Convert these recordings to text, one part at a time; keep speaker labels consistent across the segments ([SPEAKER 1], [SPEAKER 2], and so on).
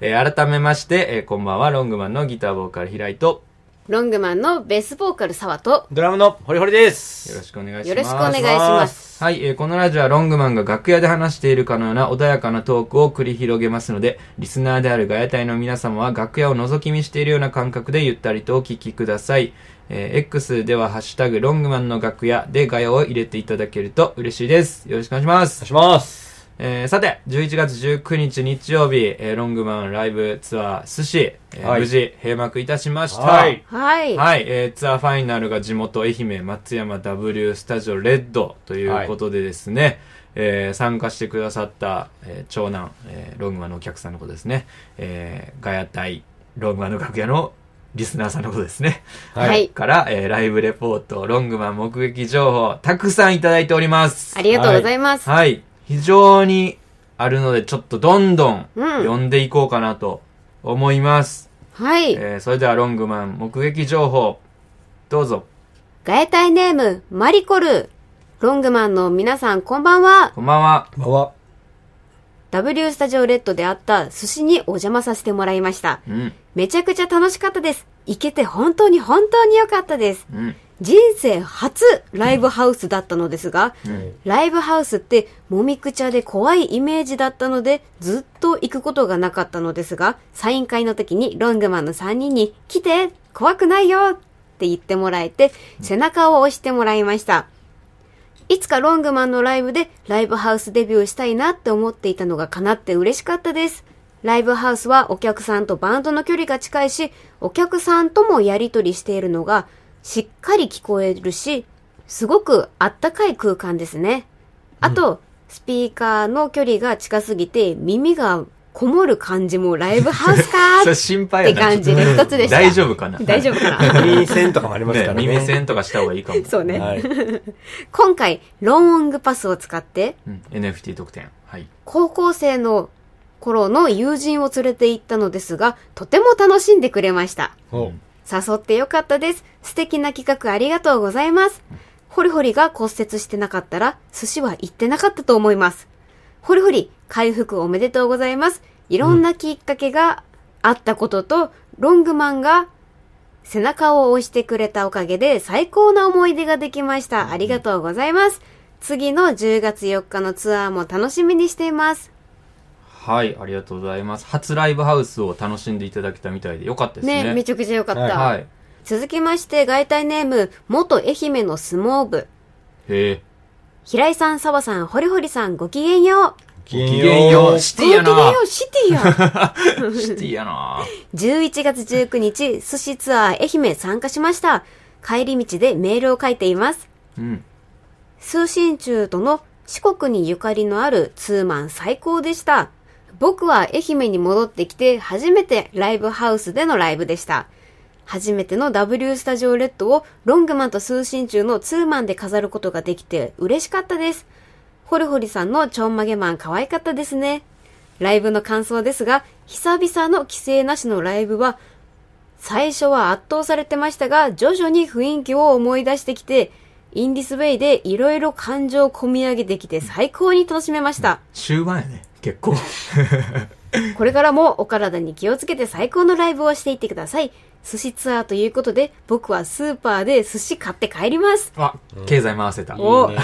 [SPEAKER 1] えー改めまして、えーこんばんは、ロングマンのギターボーカル平井と、
[SPEAKER 2] ロングマンのベースボーカル沢と、
[SPEAKER 3] ドラムのホリホリです。
[SPEAKER 1] よろしくお願いします。
[SPEAKER 2] よろしくお願いします。
[SPEAKER 1] はい、えーこのラジオはロングマンが楽屋で話しているかのような穏やかなトークを繰り広げますので、リスナーであるガヤ隊の皆様は楽屋を覗き見しているような感覚でゆったりとお聞きください。えー X ではハッシュタグロングマンの楽屋でガヤを入れていただけると嬉しいです。よろしくお願いしま
[SPEAKER 3] お願い
[SPEAKER 1] す。
[SPEAKER 3] します。
[SPEAKER 1] えーさて、11月19日日曜日、えーロングマンライブツアー寿司、えー
[SPEAKER 3] はい
[SPEAKER 1] 無事閉幕いたしました。
[SPEAKER 3] はい
[SPEAKER 2] はい。
[SPEAKER 1] はい、えーツアーファイナルが地元愛媛松山 W スタジオレッドということでですね、えー参加してくださった、えー長男、えーロングマンのお客さんのことですね、えーガヤ隊ロングマンの楽屋のリスナーさんのことですね、
[SPEAKER 2] はい
[SPEAKER 1] から、えーライブレポートロングマン目撃情報たくさんいただいております
[SPEAKER 2] ありがとうございます。
[SPEAKER 1] はい非常にあるのでちょっとどんどん
[SPEAKER 2] うん
[SPEAKER 1] 読んでいこうかなと思います、
[SPEAKER 2] はい。
[SPEAKER 1] えーそれではロングマン目撃情報どうぞ
[SPEAKER 2] ガエタイネーム、マリコル。ロングマンの皆さんこんばんは。
[SPEAKER 1] こんばんは
[SPEAKER 3] こんばんは。
[SPEAKER 2] W スタジオレッドであった寿司にお邪魔させてもらいました。
[SPEAKER 1] うん
[SPEAKER 2] めちゃくちゃ楽しかったです。行けて本当に本当に良かったです。
[SPEAKER 1] うん
[SPEAKER 2] 人生初ライブハウスだったのですが、ライブハウスってもみくちゃで怖いイメージだったのでずっと行くことがなかったのですが、サイン会の時にロングマンの3人に来て怖くないよって言ってもらえて背中を押してもらいました。いつかロングマンのライブでライブハウスデビューしたいなって思っていたのが叶って嬉しかったです。ライブハウスはお客さんとバンドの距離が近いし、お客さんともやりとりしているのがしっかり聞こえるし、すごくあったかい空間ですね。あと、スピーカーの距離が近すぎて耳がこもる感じもライブハウスか
[SPEAKER 1] そ れ
[SPEAKER 2] ー
[SPEAKER 1] 心
[SPEAKER 2] っ
[SPEAKER 1] 配
[SPEAKER 2] て
[SPEAKER 1] やな
[SPEAKER 2] 感じで一つでした。
[SPEAKER 1] 大丈夫かな
[SPEAKER 2] 大丈夫かな
[SPEAKER 3] 耳栓とかもありますからね。
[SPEAKER 1] ね耳栓とかした方がいいかも
[SPEAKER 2] そうね。
[SPEAKER 3] はい。
[SPEAKER 2] 今回、ロンングパスを使って、
[SPEAKER 1] うん NFT 特典はい
[SPEAKER 2] 高校生の頃の友人を連れて行ったのですが、とても楽しんでくれました。
[SPEAKER 3] お
[SPEAKER 2] 誘ってよかったです。素敵な企画ありがとうございます。ホリホリが骨折してなかったら、寿司は行ってなかったと思います。ホリホリ、回復おめでとうございます。いろんなきっかけがあったことと、ロングマンが背中を押してくれたおかげで最高な思い出ができました。ありがとうございます。次の10月4日のツアーも楽しみにしています。
[SPEAKER 1] はいありがとうございます初ライブハウスを楽しんでいただけたみたいでよかったですね
[SPEAKER 2] ねめちゃくちゃよかった。
[SPEAKER 1] はいへ
[SPEAKER 2] 続きまして、外体ネーム、元愛媛の相撲部。
[SPEAKER 1] え
[SPEAKER 2] 平井さん、沢さん、ホリホリさん、ごきげんよう。
[SPEAKER 3] ごき
[SPEAKER 1] ごきげんようシ
[SPEAKER 2] ご
[SPEAKER 1] テ
[SPEAKER 2] き
[SPEAKER 1] ィ
[SPEAKER 2] げ
[SPEAKER 1] や
[SPEAKER 2] んよ
[SPEAKER 1] な
[SPEAKER 2] う、シティや。
[SPEAKER 1] シティやな
[SPEAKER 2] 11月19日、寿司ツアー愛媛参加しました。帰り道でメールを書いています。
[SPEAKER 1] うん
[SPEAKER 2] 通信中との四国にゆかりのあるツーマン最高でした。僕は愛媛に戻ってきて初めてライブハウスでのライブでした。初めての W スタジオレッドをロングマンと通信中のツーマンで飾ることができて嬉しかったです。ホルホリさんのちょんまげマン可愛かったですね。ライブの感想ですが、久々の規制なしのライブは最初は圧倒されてましたが、徐々に雰囲気を思い出してきて、インディスウェイでいろいろ感情を込み上げてきて最高に楽しめました。
[SPEAKER 1] 終盤やね結構
[SPEAKER 2] これからもお体に気をつけて最高のライブをしていってください。寿司ツアーということで、僕はスーパーで寿司買って帰ります。
[SPEAKER 1] あ経済回せた
[SPEAKER 2] お
[SPEAKER 3] いいね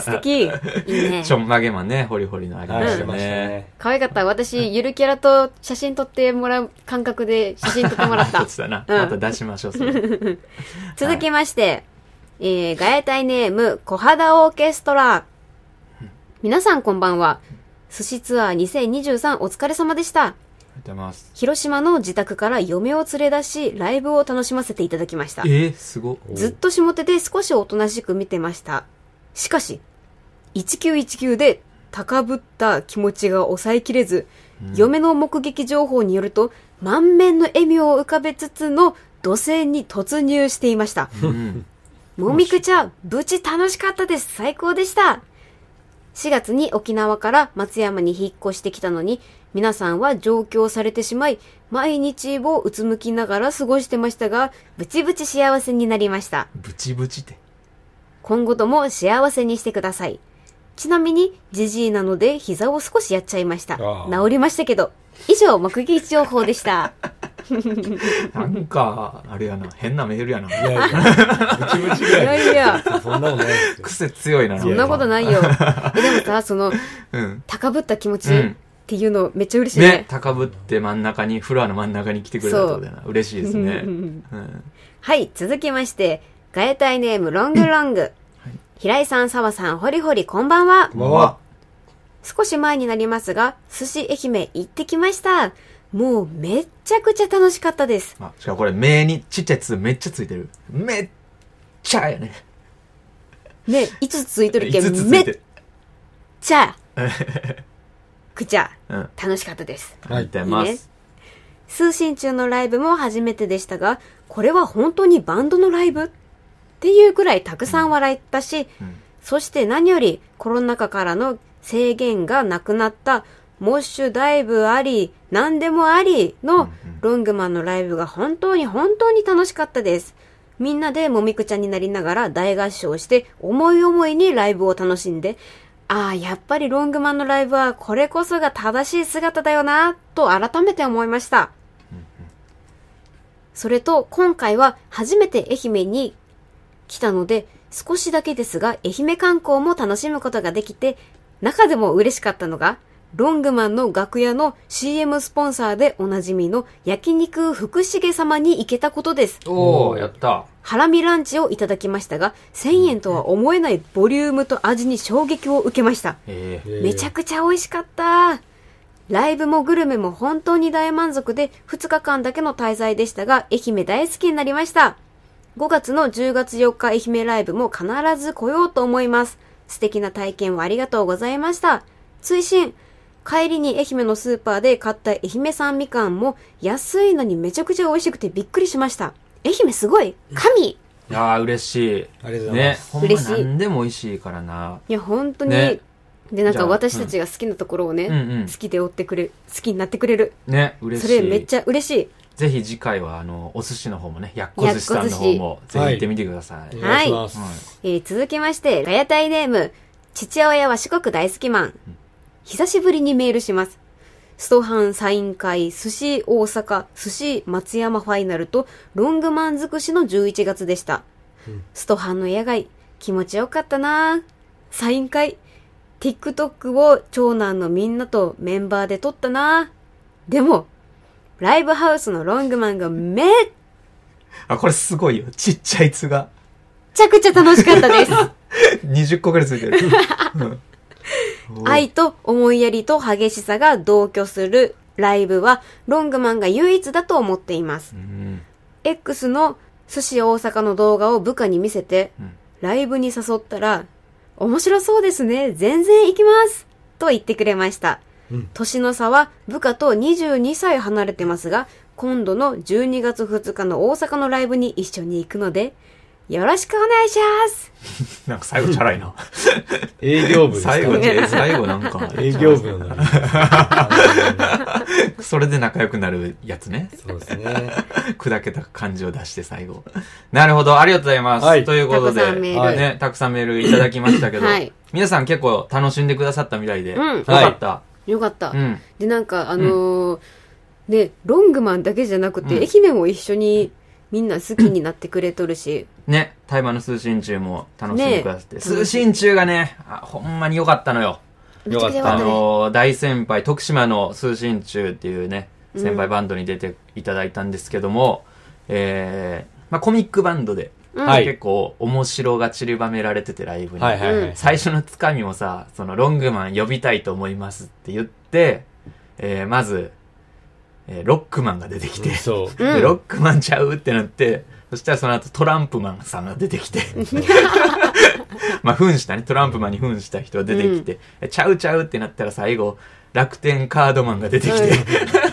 [SPEAKER 2] 素敵。いい ね
[SPEAKER 1] ち。ょんまげマンねホリホリのありま
[SPEAKER 3] はい、
[SPEAKER 1] し
[SPEAKER 3] して
[SPEAKER 1] た
[SPEAKER 3] ました
[SPEAKER 1] ね
[SPEAKER 3] ね。
[SPEAKER 2] 可愛かった。私、ゆるキャラと写真撮ってもらう感覚で写真撮ってもらっ た
[SPEAKER 1] そう。だな、
[SPEAKER 2] うん
[SPEAKER 1] また出しましょうそれ
[SPEAKER 2] 続きまして、えー、ガヤ隊ネーム、小肌オーケストラ。皆さんこんばんは。寿司ツアー2023お疲れ様でした。
[SPEAKER 1] ありがとうございます。
[SPEAKER 2] 広島の自宅から嫁を連れ出し、ライブを楽しませていただきました
[SPEAKER 1] え。ー、すごっ。
[SPEAKER 2] ずっと下手で少しおとなしく見てました。しかし、1919で高ぶった気持ちが抑えきれず、嫁の目撃情報によると、満面の笑みを浮かべつつの土星に突入していました。
[SPEAKER 1] うん。
[SPEAKER 2] もみくちゃん、無事楽しかったです。最高でした。4月に沖縄から松山に引っ越してきたのに、皆さんは上京されてしまい、毎日をうつむきながら過ごしてましたが、ブチブチ幸せになりました。
[SPEAKER 1] ブチブチって。
[SPEAKER 2] 今後とも幸せにしてください。ちなみに、ジジイなので膝を少しやっちゃいました。
[SPEAKER 3] あ
[SPEAKER 2] 治
[SPEAKER 3] ー
[SPEAKER 2] りましたけど。以上、目撃情報でした。
[SPEAKER 1] なんか、あれやな、変なメールやな。
[SPEAKER 3] いやいや、ムチムチ
[SPEAKER 2] い
[SPEAKER 3] ぐらい。
[SPEAKER 2] やいや、
[SPEAKER 3] そんなことないですよ。
[SPEAKER 1] 癖強いな。。
[SPEAKER 2] そんなことないいよ。え、でもさ、その、
[SPEAKER 1] うん。
[SPEAKER 2] 高ぶった気持ち
[SPEAKER 1] う
[SPEAKER 2] っ
[SPEAKER 1] ん
[SPEAKER 2] ていうのめっちゃ嬉しい
[SPEAKER 1] ね
[SPEAKER 2] ね、。
[SPEAKER 1] 高ぶって真ん中に、フロアの真ん中に来てくれたってことやな。嬉しいですね。うん。
[SPEAKER 2] はい、続きまして、ガエタイネームロングロング。平井さん、沢さん、ホリホリ、こんばんは
[SPEAKER 3] こ。んばんは。
[SPEAKER 2] 少し前になりますが、寿司愛媛行ってきました。もうめっちゃくちゃ楽しかったです。
[SPEAKER 1] あ、しかもこれ、目にちっちゃいつめっちゃついてる。めっちゃやね。
[SPEAKER 2] ね、5つついとるけ
[SPEAKER 1] 5つ
[SPEAKER 2] ん、
[SPEAKER 1] つ
[SPEAKER 2] め
[SPEAKER 1] い
[SPEAKER 2] って
[SPEAKER 1] る。
[SPEAKER 2] ちゃ、くちゃ、
[SPEAKER 1] うん。
[SPEAKER 2] 楽しかったです。
[SPEAKER 1] ありがとうございます。
[SPEAKER 2] 通信中のライブも初めてでしたが、これは本当にバンドのライブっていうくらいたくさん笑ったし、
[SPEAKER 1] ん
[SPEAKER 2] そして何よりコロナ禍からの制限がなくなった、モッシュダイブあり、何でもありのロングマンのライブが本当に本当に楽しかったです。みんなでもみくちゃになりながら大合唱して思い思いにライブを楽しんで、ああ、やっぱりロングマンのライブはこれこそが正しい姿だよな、と改めて思いました。それと、今回は初めて愛媛に来たので、少しだけですが、愛媛観光も楽しむことができて、中でも嬉しかったのが、ロングマンの楽屋の CM スポンサーでおなじみの焼肉福重様に行けたことです。
[SPEAKER 1] おおやった。
[SPEAKER 2] ハラミランチをいただきましたが、1000円とは思えないボリュームと味に衝撃を受けました。
[SPEAKER 1] ええ。
[SPEAKER 2] めちゃくちゃ美味しかった。ライブもグルメも本当に大満足で、2日間だけの滞在でしたが、愛媛大好きになりました。5月の10月4日愛媛ライブも必ず来ようと思います。素敵な体験をありがとうございました。追伸帰りに愛媛のスーパーで買った愛媛産みかんも安いのにめちゃくちゃ美味しくてびっくりしました。愛媛すごい神い
[SPEAKER 1] いやー、嬉しい。
[SPEAKER 3] ありがとうございま
[SPEAKER 1] ね、
[SPEAKER 3] す
[SPEAKER 1] ほんま
[SPEAKER 2] 嬉しい
[SPEAKER 1] 何でも美味しいからな。
[SPEAKER 2] や、本当に。
[SPEAKER 1] ね
[SPEAKER 2] で、なん
[SPEAKER 1] じゃ
[SPEAKER 2] か
[SPEAKER 1] あ
[SPEAKER 2] 私たちが好きなところをね、
[SPEAKER 1] うんうん
[SPEAKER 2] 好きで追ってくれる、好きになってくれる。
[SPEAKER 1] ね、嬉
[SPEAKER 2] そ
[SPEAKER 1] し
[SPEAKER 2] れ
[SPEAKER 1] い。
[SPEAKER 2] めっちゃ嬉し
[SPEAKER 1] ぜひ次回は、あの、お寿司の方もね、やっこ寿司さんの方も、ぜひ行ってみてください。
[SPEAKER 3] お
[SPEAKER 1] はい。
[SPEAKER 3] 願いします。
[SPEAKER 2] い、えー続きましてガヤタイネーム父親は四国大好きマン久しぶりにメールしますストハンサイン会寿司大阪寿司松山ファイナルとロングマン尽くしの11月でした、ストハンの野外気持ちよかったなぁサイン会 TikTok を長男のみんなとメンバーで撮ったなぁでもライブハウスのロングマンがめっ
[SPEAKER 1] あ、これすごいよ。ちっちゃい「つ」が
[SPEAKER 2] ちゃくちゃ楽しかったです
[SPEAKER 1] 20個ぐらいつい てる。うん
[SPEAKER 2] 愛と思いやりと激しさが同居するライブはロングマンが唯一だと思っています
[SPEAKER 1] う。ん
[SPEAKER 2] X の寿司大阪の動画を部下に見せて、
[SPEAKER 1] うん
[SPEAKER 2] ライブに誘ったら、面白そうですね、全然行きますと言ってくれました。
[SPEAKER 3] うん
[SPEAKER 2] 年の差は部下と22歳離れてますが、今度の12月2日の大阪のライブに一緒に行くので、よろしくお願いします
[SPEAKER 1] なんか最後チャラいな。
[SPEAKER 3] 営業部ですか
[SPEAKER 1] 最後、え 最後なんか、
[SPEAKER 3] 営業部の。
[SPEAKER 1] それで仲良くなるやつね。
[SPEAKER 3] そうですね。
[SPEAKER 1] 砕けた感じを出して最後。なるほど、ありがとうございます。
[SPEAKER 3] はい
[SPEAKER 1] ということで、
[SPEAKER 2] たくさんメ
[SPEAKER 3] ール
[SPEAKER 1] ね、たくさんメールいただきましたけど、
[SPEAKER 2] はい
[SPEAKER 1] 皆さん結構楽しんでくださったみたいで、
[SPEAKER 2] うん
[SPEAKER 1] よかった。
[SPEAKER 2] よかった。
[SPEAKER 1] うん。
[SPEAKER 2] でなんかあのーねロングマンだけじゃなくて、
[SPEAKER 1] うん
[SPEAKER 2] 愛媛も一緒にみんな好きになってくれとるし
[SPEAKER 1] ね、台湾の通信中も楽しんでくださって、
[SPEAKER 2] ね
[SPEAKER 1] 通信中がね、あほんまに良かったのよ。
[SPEAKER 2] めちゃくちゃ良
[SPEAKER 1] あ
[SPEAKER 2] かったね
[SPEAKER 1] のー大先輩、徳島の通信中っていうね、先輩バンドに出ていただいたんですけども、えー、まあコミックバンドで、
[SPEAKER 3] はい
[SPEAKER 1] 結構面白が散りばめられてて、ライブに。
[SPEAKER 3] はいはいはい。
[SPEAKER 1] 最初のつかみもさ、そのロングマン呼びたいと思いますって言って、えー、まず、えーロックマンが出てきて、
[SPEAKER 3] そう。
[SPEAKER 2] うん
[SPEAKER 1] でロックマンちゃうってなって、そしたらその後トランプマンさんが出て きて、まあ、扮したね、トランプマンに扮した人が出てきて、えちゃうちゃうってなったら最後、楽天カードマンが出てきて、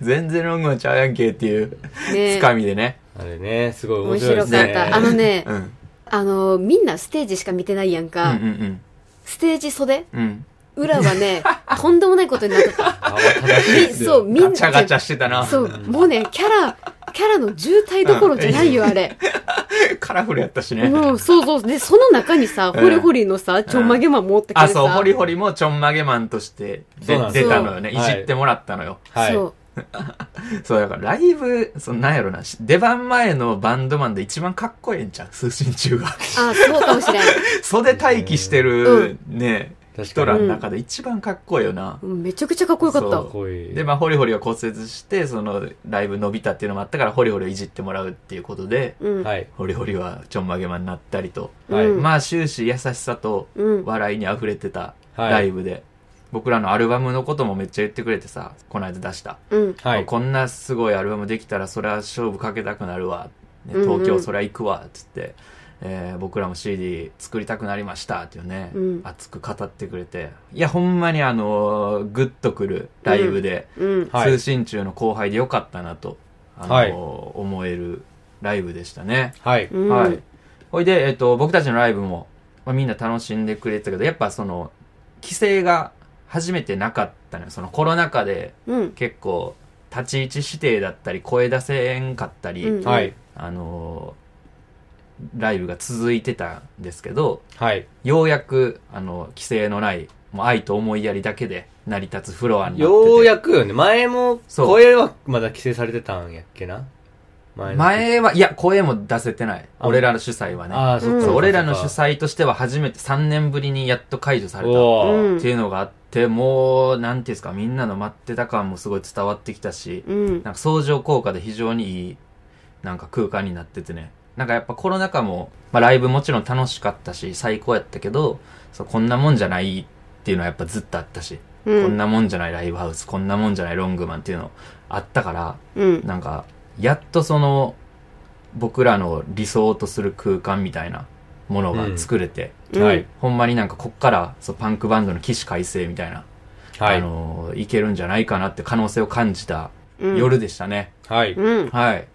[SPEAKER 1] 全然ロングマンちゃうやんけっていう、
[SPEAKER 2] ね
[SPEAKER 1] つかみでね。
[SPEAKER 3] あれね、すごい面
[SPEAKER 2] 面
[SPEAKER 3] 白いで
[SPEAKER 2] 白
[SPEAKER 3] す
[SPEAKER 2] かっ
[SPEAKER 3] ね。
[SPEAKER 2] たあのね、
[SPEAKER 1] うん。うん
[SPEAKER 2] あのーみんなステージしか見てないやん
[SPEAKER 1] う
[SPEAKER 2] か、
[SPEAKER 1] ん
[SPEAKER 2] ステージ袖
[SPEAKER 1] うん。うん。
[SPEAKER 2] 裏はね とんでもないことになっとった
[SPEAKER 3] 慌ただしい
[SPEAKER 2] み
[SPEAKER 3] です
[SPEAKER 2] そう
[SPEAKER 3] よ。
[SPEAKER 2] みんな
[SPEAKER 1] ガチャガチャしてたな。
[SPEAKER 2] そうもうねキャラキャラの渋滞どころじゃないよあれ
[SPEAKER 1] カラフルやったしね。
[SPEAKER 2] うん、そうそう。で、その中にさ、
[SPEAKER 1] うん
[SPEAKER 2] ホリホリのさ、ちょんまげマン持ってきて
[SPEAKER 1] あ、
[SPEAKER 2] さ。
[SPEAKER 1] そう、ホリホリもちょんまげマンとして
[SPEAKER 3] そう
[SPEAKER 1] で
[SPEAKER 3] なんです
[SPEAKER 1] 出
[SPEAKER 2] よ
[SPEAKER 1] たのよね。い
[SPEAKER 3] はい
[SPEAKER 1] じってもらったのよ。
[SPEAKER 3] はい。
[SPEAKER 2] そう。
[SPEAKER 1] そう、だからライブ、そのなんやろな、し出番前のバンドマンで一番かっこええんちゃう通信中が。
[SPEAKER 2] あ、そうかもしれない。
[SPEAKER 1] 袖待機してる、ね、
[SPEAKER 3] 確
[SPEAKER 1] 人
[SPEAKER 3] から
[SPEAKER 1] の
[SPEAKER 3] に。
[SPEAKER 1] 中で一番かっこええよな。
[SPEAKER 2] うんめちゃくちゃかっこよかっ
[SPEAKER 1] そ
[SPEAKER 2] た
[SPEAKER 1] う。
[SPEAKER 3] こういう。
[SPEAKER 1] で、まあ、ホリホリが骨折して、その、ライブ伸びたっていうのもあったから、ホリホリをいじってもらうっていうことで、
[SPEAKER 2] うん。
[SPEAKER 3] はい。
[SPEAKER 1] ホリホリはちょんまげマンになったりと。
[SPEAKER 3] はい
[SPEAKER 2] うん
[SPEAKER 1] まあ、終始優しさと
[SPEAKER 2] うん。
[SPEAKER 1] 笑いに溢れてた
[SPEAKER 3] はい
[SPEAKER 1] ライブで、僕らのアルバムのこともめっちゃ言ってくれてさ、この間出した。
[SPEAKER 2] うん。
[SPEAKER 3] はい。
[SPEAKER 1] こんなすごいアルバムできたら、それは勝負かけたくなるわ。ね
[SPEAKER 2] うんうん
[SPEAKER 1] 東京そりゃ行くわ。つって、えー僕らも CD 作りたくなりました。っていうね、
[SPEAKER 2] うん
[SPEAKER 1] 熱く語ってくれて。いや、ほんまにあのーグッとくるライブで、
[SPEAKER 2] うん。
[SPEAKER 3] はい
[SPEAKER 1] 通。信中の後輩でよかったなと、あの
[SPEAKER 3] はい
[SPEAKER 1] 思えるライブでしたね。
[SPEAKER 3] はい。
[SPEAKER 2] うん。
[SPEAKER 1] はい。ほいで、えっと、僕たちのライブも、まあ、みんな楽しんでくれてたけど、やっぱその、規制が初めてなかったのよ。そのコロナ禍で
[SPEAKER 2] うん。
[SPEAKER 1] 結構、立ち位置指定だったり、声出せんかったり、
[SPEAKER 2] うん
[SPEAKER 3] はい。
[SPEAKER 1] あのーライブが続いてたんですけど、
[SPEAKER 3] はい。
[SPEAKER 1] ようやく、あの、規制のない、もう愛と思いやりだけで成り立つフロアになってて。
[SPEAKER 3] ようやくよね。前も、
[SPEAKER 1] そう
[SPEAKER 3] 声はまだ規制されてたんやっけな。前の
[SPEAKER 1] 前は、いや、声も出せてない。
[SPEAKER 3] あ
[SPEAKER 1] 俺らの主催はね。
[SPEAKER 3] ああ、そっ
[SPEAKER 1] そ
[SPEAKER 3] かそっか
[SPEAKER 1] う
[SPEAKER 3] そっか。
[SPEAKER 1] 俺らの主催としては初めて3年ぶりにやっと解除された
[SPEAKER 3] おー
[SPEAKER 2] うん
[SPEAKER 1] っていうのがあって、もう、なんていうんですか、みんなの待ってた感もすごい伝わってきたし、
[SPEAKER 2] うん。
[SPEAKER 1] なんか相乗効果で非常にいい、なんか空間になっててね。なんかやっぱコロナ禍も、まあライブもちろん楽しかったし、最高やったけど、そうこんなもんじゃないっていうのはやっぱずっとあったし、
[SPEAKER 2] う
[SPEAKER 1] こん
[SPEAKER 2] ん。
[SPEAKER 1] なもんじゃないライブハウス、こんなもんじゃないロングマンっていうのあったから、
[SPEAKER 2] うん。
[SPEAKER 1] なんか、やっとその、僕らの理想とする空間みたいなものが作れて、
[SPEAKER 2] うん
[SPEAKER 3] はい。
[SPEAKER 1] ほんまになんかこっから、そう、パンクバンドの起死回生みたいな、
[SPEAKER 3] は
[SPEAKER 1] あ
[SPEAKER 3] い。
[SPEAKER 1] のーいけるんじゃないかなって可能性を感じた
[SPEAKER 2] うん。
[SPEAKER 1] 夜でしたね。
[SPEAKER 3] はい。
[SPEAKER 2] うん。
[SPEAKER 1] はい。